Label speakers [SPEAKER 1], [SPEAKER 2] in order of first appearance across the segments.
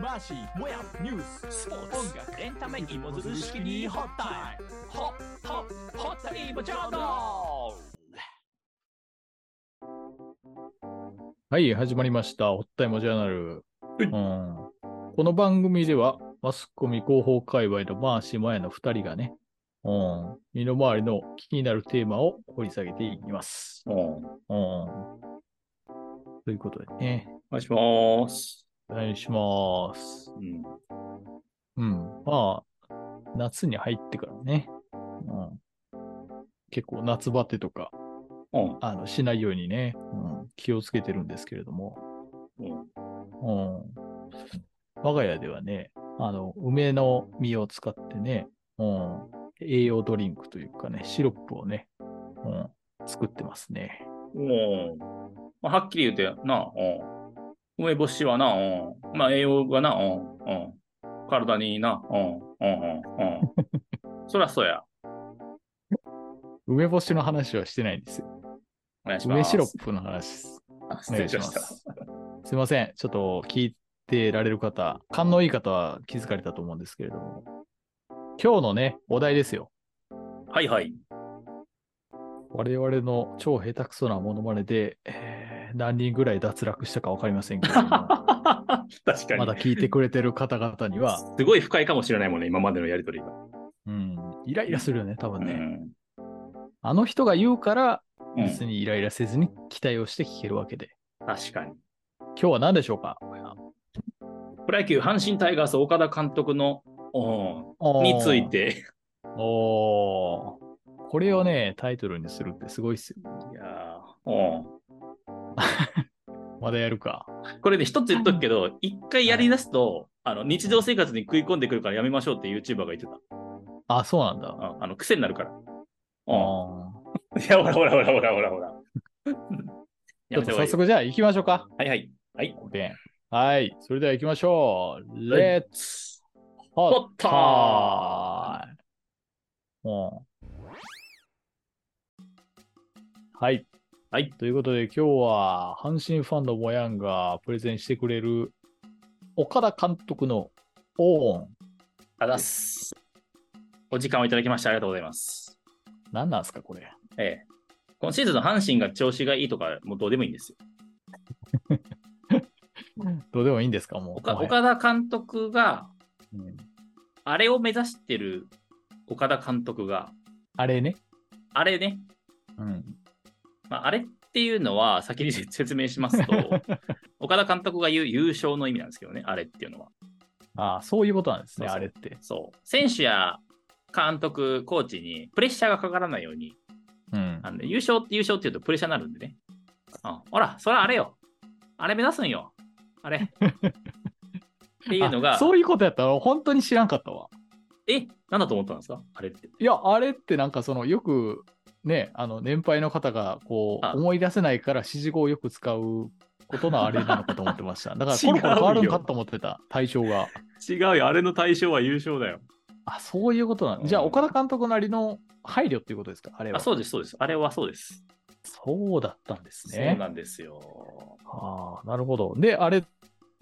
[SPEAKER 1] マシもやニュース
[SPEAKER 2] スポーツ音楽エンタメ芋づる式にホッタイムホッホッホッタイムチャンネ
[SPEAKER 1] はい始まりました「ホッタイモジャーナル」うん、この番組ではマスコミ広報界隈のマーシーもやの2人がね、うん、身の回りの気になるテーマを掘り下げていきます。
[SPEAKER 2] ル
[SPEAKER 1] うん、ということでね、
[SPEAKER 2] お願いします、
[SPEAKER 1] お願いします。
[SPEAKER 2] うん、
[SPEAKER 1] うん、まあ、夏に入ってからね、うん、結構夏バテとか
[SPEAKER 2] うん
[SPEAKER 1] あのしないようにね、うん、気をつけてるんですけれども、
[SPEAKER 2] うん
[SPEAKER 1] うん、我が家ではね、あの梅の実を使ってね、うん、栄養ドリンクというかね、シロップをね、うん、作ってますね。
[SPEAKER 2] うんまあ、はっきり言うてな、うん、梅干しはな、うん、まあ栄養がな、うんうん、体にいいな、うんうんうん うん、そらそうや。
[SPEAKER 1] 梅干しの話はしてないんですよ。
[SPEAKER 2] お願いします。
[SPEAKER 1] 梅シロップの話です。
[SPEAKER 2] あ
[SPEAKER 1] お
[SPEAKER 2] 失
[SPEAKER 1] 願
[SPEAKER 2] 礼
[SPEAKER 1] いし
[SPEAKER 2] し
[SPEAKER 1] ま
[SPEAKER 2] ました。
[SPEAKER 1] す。 すいません。ちょっと聞いてられる方、勘のいい方は気づかれたと思うんですけれども、今日のね、お題ですよ。
[SPEAKER 2] は いはい。
[SPEAKER 1] 我々の超下手くそなモノマネで、えー何人ぐらい脱落したか分かりませんけれ ども、ま
[SPEAKER 2] 確かに。
[SPEAKER 1] だ聞いてくれてる方々には、
[SPEAKER 2] すごい不快かもしれないもんね、今までのやりとりが。
[SPEAKER 1] うん、イライラするよね、多分ね。
[SPEAKER 2] うん
[SPEAKER 1] あの人が言うから、
[SPEAKER 2] うん
[SPEAKER 1] 別にイライラせずに期待をして聞けるわけで。
[SPEAKER 2] 確かに。
[SPEAKER 1] 今日は何でしょうか
[SPEAKER 2] プロ野球阪神タイガース岡田監督の、うんについ。て。
[SPEAKER 1] おーこれをね、タイトルにするってすごいっすよ。
[SPEAKER 2] いやーうん
[SPEAKER 1] まだやるか。
[SPEAKER 2] これね、一つ言っとくけど、一回やりだすと、あの日常生活に食い込んでくるからやめましょうって YouTuber が言ってた。
[SPEAKER 1] あ、そうなんだ。
[SPEAKER 2] ああの癖になるから。うん
[SPEAKER 1] あ
[SPEAKER 2] いや、ほらほらほらほらほらほら。
[SPEAKER 1] ーち
[SPEAKER 2] や
[SPEAKER 1] ょっと
[SPEAKER 2] めた方がい
[SPEAKER 1] 早
[SPEAKER 2] い
[SPEAKER 1] 速じゃあ行きましょうか。
[SPEAKER 2] はいはい。はい。
[SPEAKER 1] おでんはい。それでは行きましょう。レッツホ
[SPEAKER 2] ホッタ
[SPEAKER 1] タイムうんはい。
[SPEAKER 2] はい。
[SPEAKER 1] ということで今日は阪神ファンのモヤンがプレゼンしてくれる岡田監督のオーン。
[SPEAKER 2] あざっす。お時間をいただきましてありがとうございます。
[SPEAKER 1] 何なんですか、これ。
[SPEAKER 2] ええ。今シーズンの阪神が調子がいいとか、もうどうでもいいんですよ。
[SPEAKER 1] どうでもいいんですか、もう。
[SPEAKER 2] 岡
[SPEAKER 1] もはや
[SPEAKER 2] 岡田監督が、
[SPEAKER 1] うん
[SPEAKER 2] あれを目指してる岡田監督が、
[SPEAKER 1] あれね。
[SPEAKER 2] あれね、
[SPEAKER 1] うん。
[SPEAKER 2] まあ、あれっていうのは先に説明します と、岡田監督が言う優勝の意味なんですけどね、あれっていうのは。
[SPEAKER 1] ああ、そういうことなんですね、
[SPEAKER 2] そうそう
[SPEAKER 1] あれって。
[SPEAKER 2] そう。選手や監督、コーチにプレッシャーがかからないように、
[SPEAKER 1] うん。
[SPEAKER 2] あの優勝って優勝って言うとプレッシャーになるんでね。あほら、それあれよ。あれ目指すんよ。あれ。っていうの
[SPEAKER 1] あ
[SPEAKER 2] が、
[SPEAKER 1] そういうことやったら本当に知らんかったわ。
[SPEAKER 2] え、なんだと思ったんですかあれって。
[SPEAKER 1] いや、あれってなんかそのよくね、あの年配の方がこう
[SPEAKER 2] あ
[SPEAKER 1] 思い出せないから指示語をよく使うことのあれなのかと思ってま した。だからコ
[SPEAKER 2] 違
[SPEAKER 1] ロ
[SPEAKER 2] うよ
[SPEAKER 1] コロ変わるんかと思ってた、対象が。
[SPEAKER 2] 違うよ。あれの対象は優勝だよ。
[SPEAKER 1] あ、そういうことな
[SPEAKER 2] うんん
[SPEAKER 1] じゃあ、岡田監督なりの配慮っていうことですか、あれは。
[SPEAKER 2] あそうです、そうです。あれはそうです。
[SPEAKER 1] そうだったんです
[SPEAKER 2] そう
[SPEAKER 1] ね。
[SPEAKER 2] なんですよ。
[SPEAKER 1] ああ、なるほど。で、あれ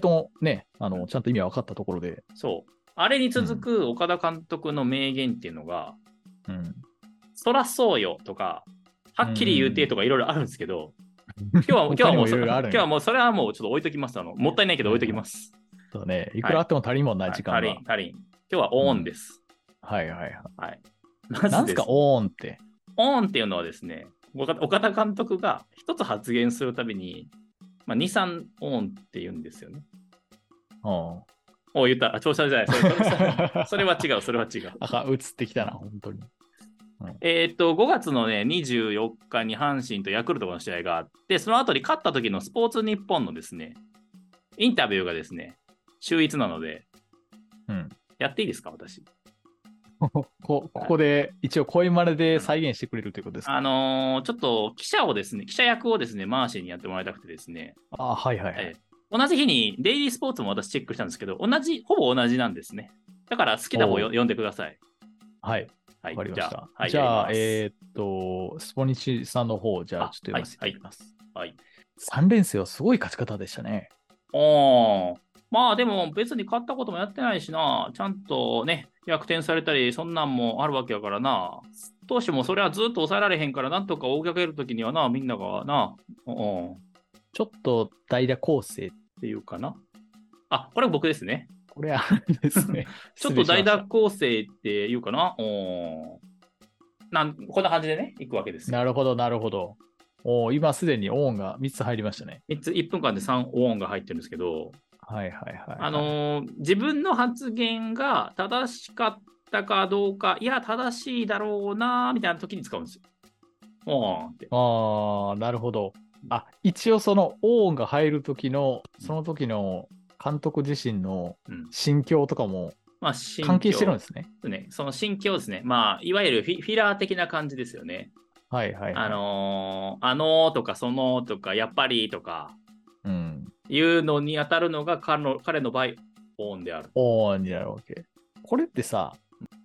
[SPEAKER 1] とね、あのちゃんと意味は分かったところで。
[SPEAKER 2] そう。あれに続く岡田監督の名言っていうのが、
[SPEAKER 1] うん、
[SPEAKER 2] そらそうよとか、はっきり言うてとかいろいろあるんですけど、今日 は今日
[SPEAKER 1] 他
[SPEAKER 2] は
[SPEAKER 1] に
[SPEAKER 2] も
[SPEAKER 1] も
[SPEAKER 2] う
[SPEAKER 1] い
[SPEAKER 2] そ
[SPEAKER 1] ろいろある
[SPEAKER 2] 今
[SPEAKER 1] んや
[SPEAKER 2] 日はもうそれはもうちょっと置いときます。あのもったいないけど置いときます。
[SPEAKER 1] そうね、いくらあっても足りんもんな、い、時間が。
[SPEAKER 2] 足りん、足りん。今日はオンです。
[SPEAKER 1] はいはいはい。
[SPEAKER 2] はい。まず
[SPEAKER 1] なんす
[SPEAKER 2] で
[SPEAKER 1] か
[SPEAKER 2] す、
[SPEAKER 1] オーンって。
[SPEAKER 2] オンっていうのはですね、岡田岡田監督が一つ発言するたびに、まあ、2、3オンって言うんですよね。
[SPEAKER 1] うん。
[SPEAKER 2] お言った。あ、調子悪いじゃない。それそれそれそれは違う、それは違う。
[SPEAKER 1] あかん、映ってきたな、本当に。
[SPEAKER 2] えーっと5月の、ね、24日に阪神とヤクルトの試合があって、その後に勝った時のスポーツニッポンのですね、インタビューがですね、秀逸なので、
[SPEAKER 1] うん。
[SPEAKER 2] やっていいですか、私。
[SPEAKER 1] ここここで一応声真似で再現してくれるということですか、
[SPEAKER 2] あのーちょっと記者をですね、記者役をですね、マーシーにやってもらいたくてですね、
[SPEAKER 1] あはいはいはい。
[SPEAKER 2] えー同じ日にデイリースポーツも私チェックしたんですけど、同じ、ほぼ同じなんですね。だから好きな方を
[SPEAKER 1] おう
[SPEAKER 2] よ読んでください。
[SPEAKER 1] はい、
[SPEAKER 2] はい、
[SPEAKER 1] わかりま
[SPEAKER 2] じゃ
[SPEAKER 1] し
[SPEAKER 2] あ
[SPEAKER 1] た。、
[SPEAKER 2] はい、
[SPEAKER 1] じゃあ、
[SPEAKER 2] やります
[SPEAKER 1] えーっと、スポニチさんの方、じゃあ
[SPEAKER 2] あ
[SPEAKER 1] ちょっと読ませていただきます。
[SPEAKER 2] はいはい
[SPEAKER 1] 3連戦はすごい勝ち方でしたね。
[SPEAKER 2] おーまあでも別に買ったこともやってないしな、ちゃんとね、逆転されたり、そんなんもあるわけやからな。投手もそれはずっと抑えられへんから、なんとか追いかけるときにはな、みんながな、うん、っ
[SPEAKER 1] ちょっと代打構成、
[SPEAKER 2] ていうかな。あ、これ僕ですね。。
[SPEAKER 1] これあれですね
[SPEAKER 2] ちょっと代打構成っていうかな。うんなんこんな感じでね、いくわけですよ。
[SPEAKER 1] なるほど、なるほど。おー今すでにオーンが3つ入りましたね。
[SPEAKER 2] 3つ、1分間で3オンが入ってるんですけど、
[SPEAKER 1] はいはいはい、はい。
[SPEAKER 2] あのー自分の発言が正しかったかどうか、いや、正しいだろうな、みたいな時に使うんですよ。おーんって。
[SPEAKER 1] ああ、なるほど。あ、一応そのオーンが入る時の、その時の監督自身の
[SPEAKER 2] うん
[SPEAKER 1] 心境とかも
[SPEAKER 2] まあ、心境
[SPEAKER 1] 関係してるんですね。
[SPEAKER 2] すね。その心境ですね。まあ、いわゆるフィフィラー的な感じですよね。
[SPEAKER 1] はいはい、はい。
[SPEAKER 2] あ、のーあのーとか、そのーとか、やっぱりとか、
[SPEAKER 1] うん。
[SPEAKER 2] いうのに当たるのが彼の彼の場合、オンである。
[SPEAKER 1] オーンになるわけ。これってさ、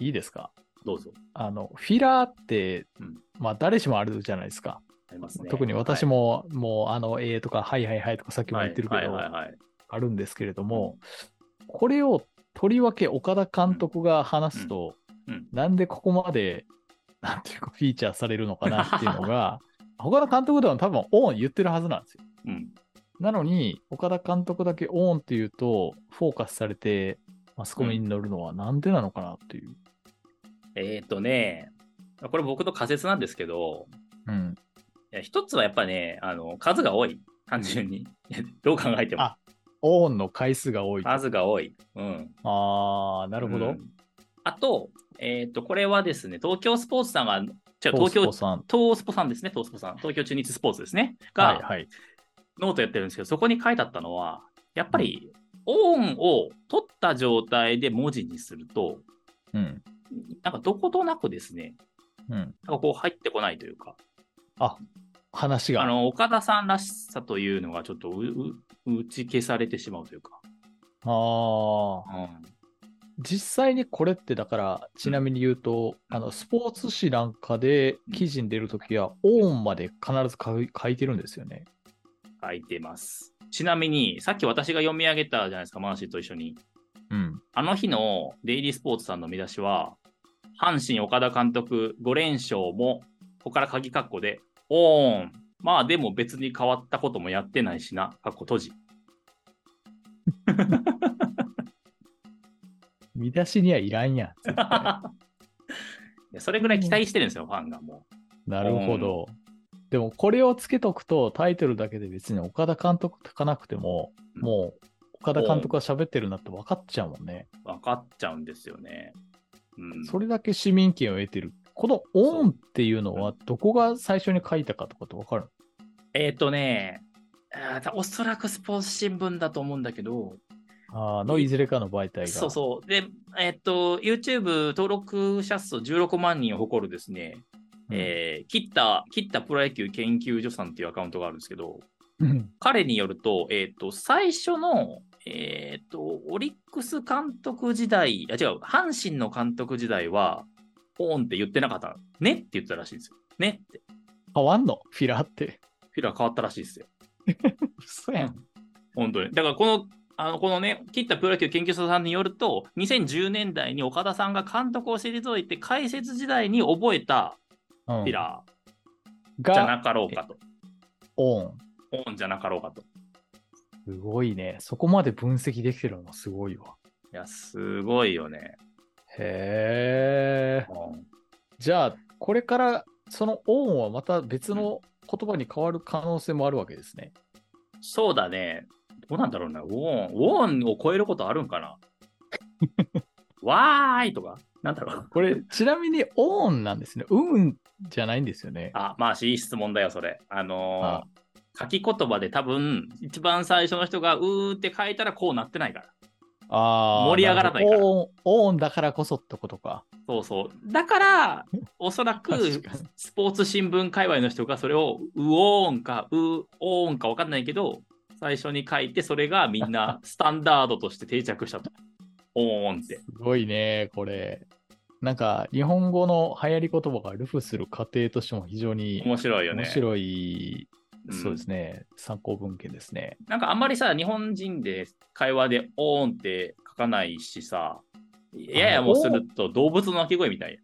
[SPEAKER 1] いいですか
[SPEAKER 2] どうぞ。
[SPEAKER 1] あの、フィラーって、
[SPEAKER 2] うん
[SPEAKER 1] まあ誰しもあるじゃないですか。
[SPEAKER 2] ありますね。
[SPEAKER 1] 特に私
[SPEAKER 2] も
[SPEAKER 1] も、もうあの、えーとか、はいはいはいとかさっきも言ってるけど、
[SPEAKER 2] はいはいはいはい
[SPEAKER 1] あるんですけれども、これをとりわけ岡田監督が話すと、
[SPEAKER 2] うんうん
[SPEAKER 1] なんでここまで、なんていうか、フィーチャーされるのかなっていうの が、他の監督でも多分、オン言ってるはずなんですよ。
[SPEAKER 2] うん
[SPEAKER 1] なのに、岡田監督だけオンっていうと、フォーカスされて、マスコミに乗るのはなんでなのかなっていう。
[SPEAKER 2] えっ、とね、これ僕の仮説なんですけど、
[SPEAKER 1] うん。
[SPEAKER 2] いや一つはやっぱね、あの数が多い、単純に。どう考えても
[SPEAKER 1] あ。オンの回数が多いと。
[SPEAKER 2] 数が多い。うん。
[SPEAKER 1] あー、なるほ
[SPEAKER 2] う
[SPEAKER 1] ど。
[SPEAKER 2] んあと、えっ、と、これはですね、東京スポーツさんが、違う、
[SPEAKER 1] 東
[SPEAKER 2] 東京
[SPEAKER 1] 京、さん。
[SPEAKER 2] 東スポさんですね、東スポさん、東京中日スポーツですね、が、
[SPEAKER 1] はいはい。
[SPEAKER 2] ノートやってるんですけど、そこに書いてあったのは、やっぱり、オンを取った状態で文字にすると、
[SPEAKER 1] うん。
[SPEAKER 2] なんかどことなくですね、
[SPEAKER 1] うん。
[SPEAKER 2] なんかこう入ってこないというか、
[SPEAKER 1] 話が。
[SPEAKER 2] あの岡田さんらしさというのがちょっとうう打ち消されてしまうというか、
[SPEAKER 1] あー。
[SPEAKER 2] うん
[SPEAKER 1] 実際にこれってだからちなみに言うと、あのスポーツ紙なんかで記事に出るときはオーンまで必ず書い書いてるんですよね。
[SPEAKER 2] 書いてます。ちなみに、さっき私が読み上げたじゃないですか、マーシーと一緒に。
[SPEAKER 1] うん。
[SPEAKER 2] あの日のデイリースポーツさんの見出しは、阪神岡田監督5連勝も、ここから鍵括弧で、オーン。まあでも別に変わったこともやってないしな、括弧閉じ。
[SPEAKER 1] 見出しにはいらんやん。絶対
[SPEAKER 2] いやそれぐらい期待してるんですよ、ファンがも
[SPEAKER 1] なるほど。でもこれをつけとくとタイトルだけで別に岡田監督書かなくても、
[SPEAKER 2] うん
[SPEAKER 1] もう岡田監督が喋ってるなって分かっちゃうもんね。
[SPEAKER 2] う。分かっちゃうんですよね。うん、
[SPEAKER 1] それだけ市民権を得てる。このオンっていうのはどこが最初に書いたかとかって分かるの
[SPEAKER 2] えっ、とね、あーおそらくスポーツ新聞だと思うんだけど、
[SPEAKER 1] あーのいずれかの媒体が。
[SPEAKER 2] そうそう。で、えっと、YouTube 登録者数16万人を誇るですね、
[SPEAKER 1] うん
[SPEAKER 2] えー切った、切ったプロ野球研究所さんっていうアカウントがあるんですけど、
[SPEAKER 1] うん
[SPEAKER 2] 彼によると、えっと、最初の、えっと、オリックス監督時代、あ、違う、阪神の監督時代は、オーンって言ってなかった。ねって言ってたらしいんですよ。ねって。
[SPEAKER 1] 変わんのフィラーって。
[SPEAKER 2] フィラー変わったらしいですよ。
[SPEAKER 1] 嘘やん。
[SPEAKER 2] 本当に。だからこの、あのこのね、切ったプロ野球研究所さんによると、2010年代に岡田さんが監督を退いて、解説時代に覚えた
[SPEAKER 1] うん
[SPEAKER 2] ピラーじゃ
[SPEAKER 1] が
[SPEAKER 2] なかろうかと、
[SPEAKER 1] オン。
[SPEAKER 2] オンじゃなかろうかと。
[SPEAKER 1] すごいね。そこまで分析できてるのもすごいわ。
[SPEAKER 2] いや、すごいよね。
[SPEAKER 1] へえ。
[SPEAKER 2] うん
[SPEAKER 1] じゃあ、これからそのオンはまた別の言葉に変わる可能性もあるわけですね。
[SPEAKER 2] そうだね。どうなんだろうな。ウォーン、ウォーンを超えることあるん かなわーいとか、なんだろう。
[SPEAKER 1] これ、ちなみにオンなんですね。うんじゃないんですよね。
[SPEAKER 2] あ、まあ、いい質問だよ、それ。あのー
[SPEAKER 1] あ
[SPEAKER 2] 書き言葉で多分、一番最初の人がうーって書いたらこうなってないから。
[SPEAKER 1] あー
[SPEAKER 2] 盛り上がらないから
[SPEAKER 1] るほどオンオンだからこそってことか。
[SPEAKER 2] そうそう。だから、おそら
[SPEAKER 1] 確
[SPEAKER 2] く
[SPEAKER 1] かに
[SPEAKER 2] スポーツ新聞界隈の人がそれをうおーんかうおーんか分かんないけど、最初に書いて、それがみん なスタンダードとして定着したと。おーんって。
[SPEAKER 1] すごいね、これ。なんか、日本語の流行り言葉がルフする過程としても非常に
[SPEAKER 2] 面白いよね。
[SPEAKER 1] 面白いそうですね。参考文献ですね。
[SPEAKER 2] なんかあんまりさ、日本人で会話でオーンって書かないしさ、ややもすると動物の鳴き声みたいや。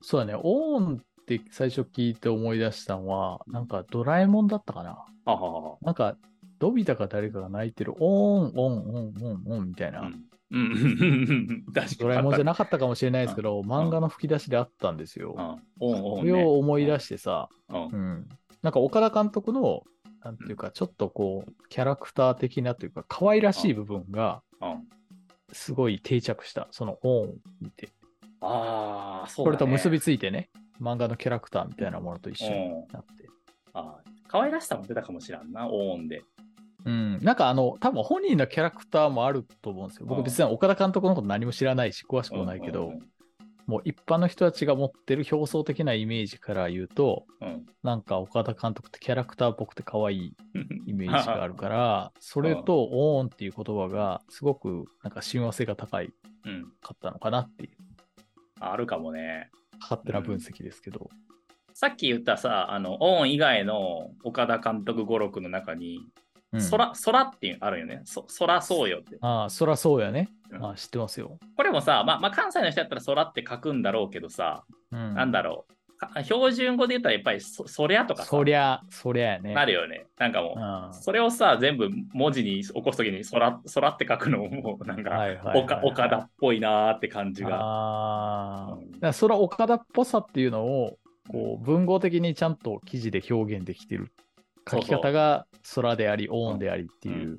[SPEAKER 1] そうだね。オーンって最初聞いて思い出したのは、なんかドラえもんだったかな。
[SPEAKER 2] あははは。
[SPEAKER 1] なんか、ドビタか誰かが泣いてる、オーン、オン、オン、オン、オンみたいな。
[SPEAKER 2] うん。うん。確かに。
[SPEAKER 1] ドラえもんじゃ
[SPEAKER 2] な
[SPEAKER 1] なかったかもしれないですけど、漫画の吹き出しであったんですよ。
[SPEAKER 2] うん。オンオ
[SPEAKER 1] そ
[SPEAKER 2] ン、
[SPEAKER 1] れ
[SPEAKER 2] ね。
[SPEAKER 1] を思い出してさ、
[SPEAKER 2] うん
[SPEAKER 1] うん、なんか岡田監督の、なんていうか、ちょっとこう、キャラクター的なというか、可愛らしい部分が
[SPEAKER 2] うん。
[SPEAKER 1] すごい定着した、そのオーン見て。
[SPEAKER 2] ああ、そう
[SPEAKER 1] こ
[SPEAKER 2] だ、
[SPEAKER 1] れ
[SPEAKER 2] ね。
[SPEAKER 1] と結び
[SPEAKER 2] つ
[SPEAKER 1] ついてね、漫画のキャラクターみたいなものと一緒になって。
[SPEAKER 2] あー可愛らしさも出たかもしらんな、オーンで。
[SPEAKER 1] うん、なんかあの、多分本人のキャラクターもあると思うんですよ。
[SPEAKER 2] う
[SPEAKER 1] 僕
[SPEAKER 2] ん
[SPEAKER 1] 別に岡田監督のこと何も知らないし、詳しくもないけど、もう一般の人たちが持ってる表層的なイメージから言うと、
[SPEAKER 2] うん。うん
[SPEAKER 1] なんか岡田監督ってキャラクターっぽくて可愛い
[SPEAKER 2] うん。
[SPEAKER 1] イメージがあるから、それとオーンっていう言葉がすごくなんか親和性が高い
[SPEAKER 2] うん。
[SPEAKER 1] かったのかなっていう
[SPEAKER 2] あるかもね。
[SPEAKER 1] 勝手な分析ですけど。
[SPEAKER 2] さっき言ったさ、あの、オーン以外の岡田監督語録の中に、
[SPEAKER 1] うん
[SPEAKER 2] 空、空っていうのあるよね。そ、空そうよって。
[SPEAKER 1] ああ、そらそうやね。
[SPEAKER 2] うん
[SPEAKER 1] ああ知ってますよ。
[SPEAKER 2] これもさ、まあ、まあ、関西の人だったら空って書くんだろうけどさ、
[SPEAKER 1] うん
[SPEAKER 2] なんだろう。か標準語で言ったらやっぱりそ、そりゃとかさ
[SPEAKER 1] そりゃ、そりゃやね。
[SPEAKER 2] なるよね。なんかも
[SPEAKER 1] うん
[SPEAKER 2] う、それをさ、全部文字に起こすときに空、空って書くのも、もうなんか、
[SPEAKER 1] はいはいはい
[SPEAKER 2] 岡岡田っぽいなーって感じが。
[SPEAKER 1] ああ、
[SPEAKER 2] うん
[SPEAKER 1] だからそら岡田っぽさっていうのをこう文語的にちゃんと記事で表現できてる
[SPEAKER 2] そ
[SPEAKER 1] 書
[SPEAKER 2] う
[SPEAKER 1] き
[SPEAKER 2] そう
[SPEAKER 1] 方が空でありオンでありっていう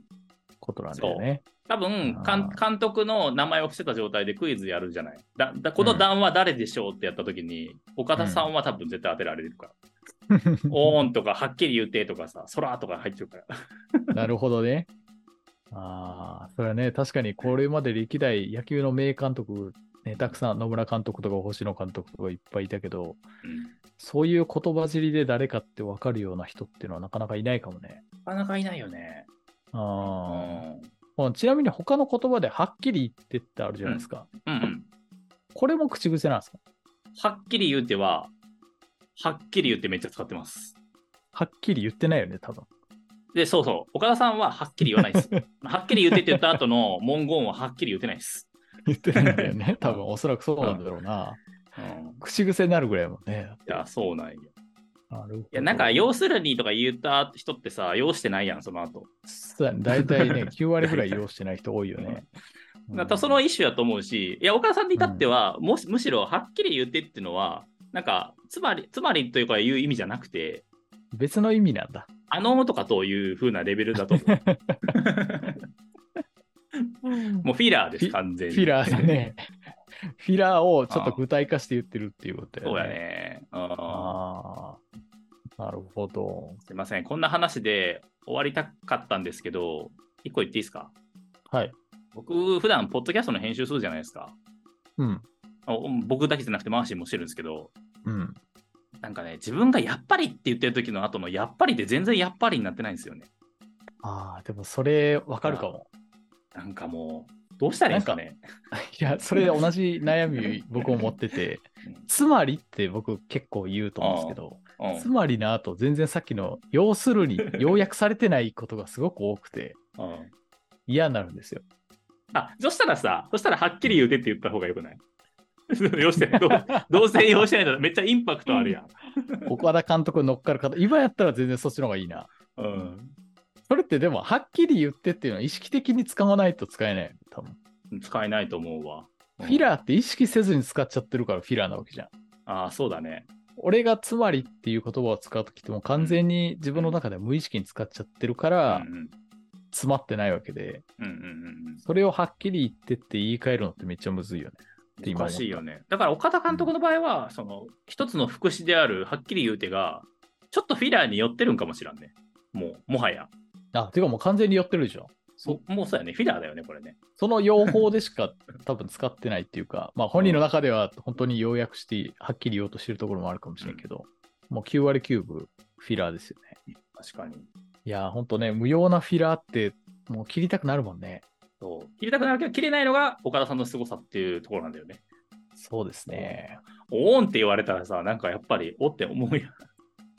[SPEAKER 1] ことなんだよね。
[SPEAKER 2] 多分かん
[SPEAKER 1] あ
[SPEAKER 2] 監督の名前を伏せた状態でクイズやるじゃない。だだこ
[SPEAKER 1] う
[SPEAKER 2] の
[SPEAKER 1] ん
[SPEAKER 2] 段は誰でしょうってやった時に、岡田さんは多分絶対当てられるから。 オーンとか、はっきり言ってとかさ、空とか入ってるから。
[SPEAKER 1] なるほどね。ああ、それはね、確かにこれまで歴代野球の名監督、ね、たくさん野村監督とか星野監督とかいっぱいいたけど、
[SPEAKER 2] うん
[SPEAKER 1] そういう言葉尻で誰かって分かるような人っていうのはなかなかいないかもね。
[SPEAKER 2] なかなかいないよね。うん。う
[SPEAKER 1] あ
[SPEAKER 2] ん
[SPEAKER 1] あ、ちなみに他の言葉ではっきり言ってってあるじゃないですか。
[SPEAKER 2] うん。
[SPEAKER 1] これも口癖なんですか
[SPEAKER 2] はっきり言うては、はっきり言ってめっちゃ使ってます。
[SPEAKER 1] はっきり言ってないよね、多分。
[SPEAKER 2] で、そうそう。岡田さんははっきり言わないです。はっきり言ってって言った後の文言ははっきり言ってないです。
[SPEAKER 1] 言ってないんだよね。多分、おそらくそうなんだろうな。
[SPEAKER 2] うん。
[SPEAKER 1] 口癖になるぐらいもんね。
[SPEAKER 2] いや、そうなんよ。
[SPEAKER 1] なるほど。い
[SPEAKER 2] いや、なんか、要するにとか言った人ってさ、要してないやん、その後。
[SPEAKER 1] 大体ね、9割ぐらい用してない人多いよね。
[SPEAKER 2] なんかその一種だと思うし、いや、岡田さんに至っては、もしむしろはっきり言ってっていうのは、なんか、つまり、つまりというかいう意味じゃなくて、
[SPEAKER 1] 別の意味なんだ。
[SPEAKER 2] あのーとかという風なレベルだと思 う。もうフィラーです、
[SPEAKER 1] フィ
[SPEAKER 2] 完全に。
[SPEAKER 1] フィラーだ。ね。フィラーをちょっと具体化して言ってるっていうことだよ
[SPEAKER 2] そう
[SPEAKER 1] ね。
[SPEAKER 2] や。ね。うん
[SPEAKER 1] ああ。なるほど。
[SPEAKER 2] すいません、こんな話で終わりたかったんですけど、一個言っていいですか
[SPEAKER 1] はい。
[SPEAKER 2] 僕、普段ポッドキャストの編集するじゃないですか。
[SPEAKER 1] うん。
[SPEAKER 2] お僕だけじゃなくて、マーシーもしてるんですけど、
[SPEAKER 1] うん。
[SPEAKER 2] なんかね、自分がやっぱりって言ってる時の後のやっぱりって全然やっぱりになってないんですよね。
[SPEAKER 1] ああ、でもそれわかるかも。
[SPEAKER 2] なんかもう、どうしたらいいんですかね。
[SPEAKER 1] いや、それ同じ悩み僕も持ってて
[SPEAKER 2] うん、
[SPEAKER 1] つまりって僕結構言うと思うんですけど、
[SPEAKER 2] うん
[SPEAKER 1] つまりなと全然さっきの、要する に要約されてないことがすごく多くて
[SPEAKER 2] うん
[SPEAKER 1] 嫌になるんですよ。
[SPEAKER 2] あ、そしたらさ、そしたらはっきり言うてって言った方がよくない よしてどうどうせ用してないとめっちゃインパクトあるやん。
[SPEAKER 1] 岡田監督に乗っかる方、今やったら全然そっちの方がいいな。それってでも、はっきり言ってっていうのは意識的に使わないと使えない。多分
[SPEAKER 2] うん、使えないと思うわ。
[SPEAKER 1] フィラーって意識せずに使っちゃってるからフィラーなわけじゃん。
[SPEAKER 2] ああ、そうだね。
[SPEAKER 1] 俺がつまりっていう言葉を使うときってもう完全に自分の中では無意識に使っちゃってるか
[SPEAKER 2] うん
[SPEAKER 1] ら詰まってないわけで、
[SPEAKER 2] うんうんうん
[SPEAKER 1] それをはっきり言ってって言い換えるのってめっちゃむずいよね。
[SPEAKER 2] うん。おかしいよね。だから岡田監督の場合は、その一つの副詞であるはっきり言うてが、ちょっとフィラーに寄ってるんかもしらんね。もう、もはや。
[SPEAKER 1] あ、ていうかもう完全に寄ってるでしょ。
[SPEAKER 2] そもうそうやね。フィラーだよね、これね。
[SPEAKER 1] その用法でしか 多分使ってないっていうか、まあ本人の中では本当に要約してはっきり言おうとしてるところもあるかもしれんけど、もう9割9分フィラーですよね。
[SPEAKER 2] 確かに。
[SPEAKER 1] いやー、ほんとね、無用なフィラーってもう切りたくなるもんね。
[SPEAKER 2] そう。切りたくなるけど、切れないのが岡田さんの凄さっていうところなんだよね。
[SPEAKER 1] そうですね。
[SPEAKER 2] おーんって言われたらさ、なんかやっぱりおって思うやん。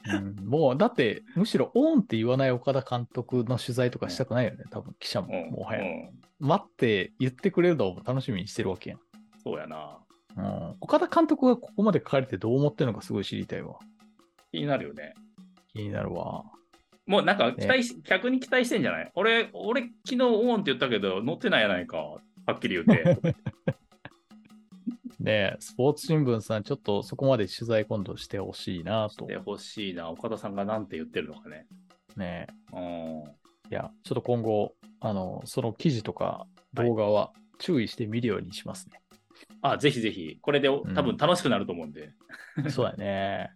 [SPEAKER 1] うんもう、だって、むしろオンって言わない岡田監督の取材とかしたくないよね、多分記者
[SPEAKER 2] う
[SPEAKER 1] も、
[SPEAKER 2] ん
[SPEAKER 1] もはや。
[SPEAKER 2] うん
[SPEAKER 1] 待って言ってくれるのを楽しみにしてるわけやん。
[SPEAKER 2] そうやな。
[SPEAKER 1] うん、岡田監督がここまで書かれてどう思ってるのかすごい知りたいわ。
[SPEAKER 2] 気になるよね。
[SPEAKER 1] 気になるわ。
[SPEAKER 2] もうなんか期待し、逆に期待してんじゃない俺、俺、昨日オンって言ったけど、乗ってないやないか。はっきり言 って。
[SPEAKER 1] ねえスポーツ新聞さん、ちょっとそこまで取材今度してほしいなと。
[SPEAKER 2] で
[SPEAKER 1] ね
[SPEAKER 2] ほしいな。岡田さんがなんて言ってるのかね。
[SPEAKER 1] え
[SPEAKER 2] うん。
[SPEAKER 1] いや、ちょっと今後、あの、その記事とか動画は注意して見るようにしますね。
[SPEAKER 2] あ、ぜひぜひ。これで多
[SPEAKER 1] ん
[SPEAKER 2] 分楽しくなると思うんで。
[SPEAKER 1] そうだね。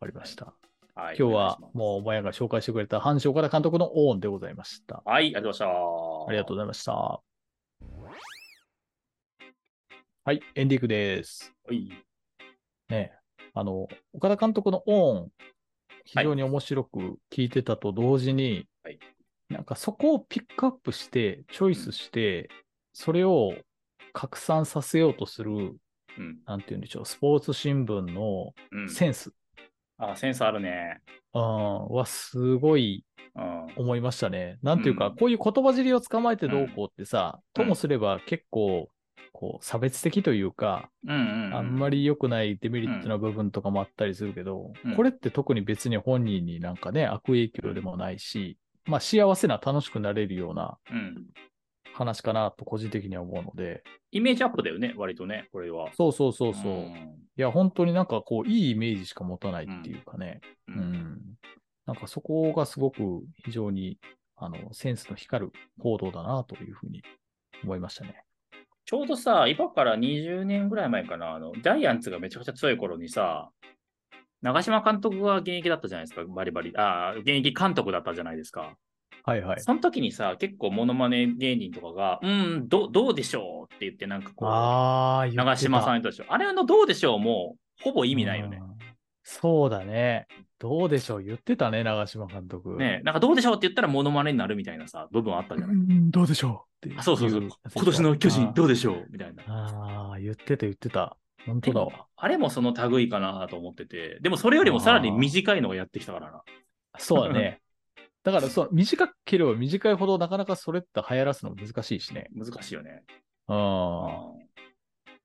[SPEAKER 1] わかりました。
[SPEAKER 2] はい。
[SPEAKER 1] 今日
[SPEAKER 2] お願い
[SPEAKER 1] は
[SPEAKER 2] します
[SPEAKER 1] もう、もやが紹介してくれた阪神岡田監督のオーンでございました。
[SPEAKER 2] はい、ありがとうございました。
[SPEAKER 1] ありがとうございました。はい、エンディングです。
[SPEAKER 2] はい。
[SPEAKER 1] ねえ、あの、岡田監督のオン、非
[SPEAKER 2] はい
[SPEAKER 1] 常に面白く聞いてたと同時に、
[SPEAKER 2] はい
[SPEAKER 1] なんかそこをピックアップして、チョイスして、それを拡散させようとする、
[SPEAKER 2] うん。
[SPEAKER 1] なんて言うんでしょう、スポーツ新聞の
[SPEAKER 2] うん、
[SPEAKER 1] センス、
[SPEAKER 2] あ、センスあるね。
[SPEAKER 1] あーはすごい
[SPEAKER 2] うん。
[SPEAKER 1] 思いましたね。なんていうか、
[SPEAKER 2] うん
[SPEAKER 1] こういう言葉尻を捕まえてどうこうってさ、
[SPEAKER 2] うん
[SPEAKER 1] ともすれば結構、こう差別的というか、
[SPEAKER 2] うんうん、うん。
[SPEAKER 1] あんまり良くないデメリットな部分とかもあったりするけど、
[SPEAKER 2] うん
[SPEAKER 1] これって特に別に本人になんかね、悪影響でもないし、まあ幸せな楽しくなれるような
[SPEAKER 2] うん。
[SPEAKER 1] 話かなと個人的には思うので、
[SPEAKER 2] イメージアップだよね、割とね、これは。
[SPEAKER 1] そうそうそうそう。
[SPEAKER 2] ん
[SPEAKER 1] いや、本当になんかこう、いいイメージしか持たないっていうかね、
[SPEAKER 2] う
[SPEAKER 1] うん。
[SPEAKER 2] ん。
[SPEAKER 1] なんかそこがすごく非常に、あの、センスの光る報道だなというふうに思いましたね。
[SPEAKER 2] ちょうどさ、今から20年ぐらい前かな、あの、ジャイアンツがめちゃくちゃ強い頃にさ、長嶋監督が現役だったじゃないですか、バリバリ。ああ、現役監督だったじゃないですか。
[SPEAKER 1] はいはい。
[SPEAKER 2] その時にさ、結構モノマネ芸人とかが、うん、どどうでしょうって言って、なんかこう、
[SPEAKER 1] ああ、
[SPEAKER 2] 長嶋さん
[SPEAKER 1] ん
[SPEAKER 2] に対して、あれのどうでしょうも、ほぼ意味ないよね
[SPEAKER 1] う。ん。そうだね。どうでしょう言ってたね、長嶋監督。
[SPEAKER 2] ねえなんかどうでしょうって言ったらモノマネになるみたいなさ、部分あったじゃ
[SPEAKER 1] う
[SPEAKER 2] ない。
[SPEAKER 1] んどうでしょうって
[SPEAKER 2] あそうそうそう。
[SPEAKER 1] い
[SPEAKER 2] 今年の巨人
[SPEAKER 1] う
[SPEAKER 2] どうでしょうみたいな。
[SPEAKER 1] ああー、言ってた言ってた。本当だわ。
[SPEAKER 2] あれもその類かなと思ってて、でもそれよりもさらに短いのがやってきたからな。
[SPEAKER 1] そうだ ね。だからそう、短ければ短いほど、なかなかそれって流行らすの難しいしね。
[SPEAKER 2] 難しいよね。
[SPEAKER 1] あ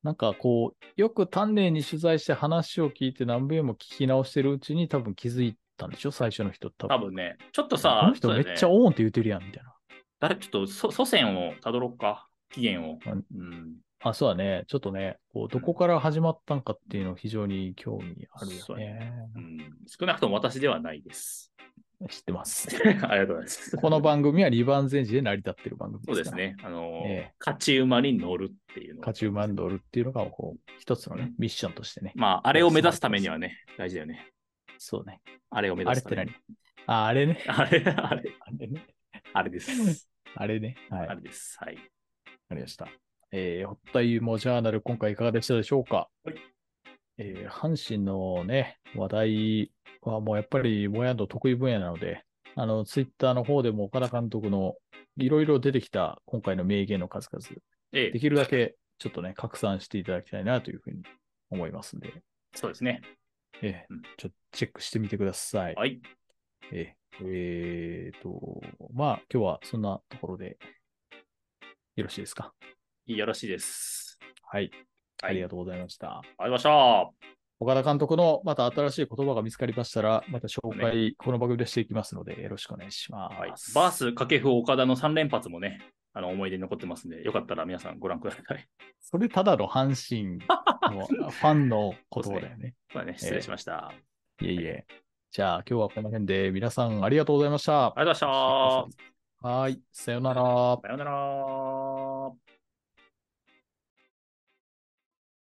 [SPEAKER 1] なんかこう、よく丹念に取材して話を聞いて何遍も聞き直してるうちに多分気づいたんでしょ最初の人多分。
[SPEAKER 2] 多分ね、ちょっと
[SPEAKER 1] こ
[SPEAKER 2] さ
[SPEAKER 1] の、人めっち
[SPEAKER 2] そ
[SPEAKER 1] ゃ
[SPEAKER 2] うだね
[SPEAKER 1] オーンって言ってるやん、みたいな。
[SPEAKER 2] 誰ちょっとそ祖先をたどろっか、起源を。
[SPEAKER 1] うん
[SPEAKER 2] うん、
[SPEAKER 1] あ、そうだね。ちょっとね、こうどこから始まったんかっていうの非常に興味ある
[SPEAKER 2] そ
[SPEAKER 1] よ
[SPEAKER 2] うだ
[SPEAKER 1] ね。
[SPEAKER 2] うん少なくとも私ではないです。
[SPEAKER 1] 知ってます。
[SPEAKER 2] ありがとうございます。
[SPEAKER 1] この番組はリバン全治で成り立ってる番組
[SPEAKER 2] そう
[SPEAKER 1] で
[SPEAKER 2] ですす
[SPEAKER 1] から。
[SPEAKER 2] ね。あのー、
[SPEAKER 1] ええ
[SPEAKER 2] 勝ち馬に乗るっていうの。
[SPEAKER 1] 勝ち馬に乗るっていうのが、こう、一つの
[SPEAKER 2] う
[SPEAKER 1] ね
[SPEAKER 2] ん、
[SPEAKER 1] ミッションとしてね。
[SPEAKER 2] まあ、あれを目指すためにはね、大事だよね。
[SPEAKER 1] そうね。
[SPEAKER 2] あれを目
[SPEAKER 1] あれ
[SPEAKER 2] 指す
[SPEAKER 1] ったて
[SPEAKER 2] め
[SPEAKER 1] 何
[SPEAKER 2] に。
[SPEAKER 1] ああれね。
[SPEAKER 2] あれ、あれ、
[SPEAKER 1] あれね。
[SPEAKER 2] あれです。
[SPEAKER 1] あれね。はい。
[SPEAKER 2] あ
[SPEAKER 1] わか
[SPEAKER 2] れです。はい。
[SPEAKER 1] りました。えー、ホッタユーモジャーナル、今回いかがでしたでしょうか
[SPEAKER 2] はい
[SPEAKER 1] えー阪神のね、話題はもうやっぱり、もやの得意分野なので、あの、ツイッターの方でも岡田監督のいろいろ出てきた今回の名言の数々、
[SPEAKER 2] え
[SPEAKER 1] で
[SPEAKER 2] え、
[SPEAKER 1] きるだけちょっとね、拡散していただきたいなというふうに思いますんで、
[SPEAKER 2] そうですね。
[SPEAKER 1] ええ
[SPEAKER 2] うん
[SPEAKER 1] ちょっとチェックしてみてください。
[SPEAKER 2] はい。
[SPEAKER 1] えええーと、まあ、今日はそんなところでよろしいですか。
[SPEAKER 2] よろしいです。
[SPEAKER 1] はい。
[SPEAKER 2] はい
[SPEAKER 1] ありがとうございました。
[SPEAKER 2] ありがとうございました。
[SPEAKER 1] 岡田監督のまた新しい言葉が見つかりましたら、また紹介、この番組でしていきますので、よろしくお願いします。
[SPEAKER 2] はい、バース、掛布、岡田の3連発もね、あの思い出に残ってますんで、よかったら皆さんご覧ください。
[SPEAKER 1] それただの阪神の ファンの言葉だよね。
[SPEAKER 2] まあね、失礼しました。あり
[SPEAKER 1] いえいえ。じゃあ、今日はこの辺で皆さんありがとうございました。
[SPEAKER 2] がとうございまし
[SPEAKER 1] はい、さよなら。
[SPEAKER 2] た。さようなら。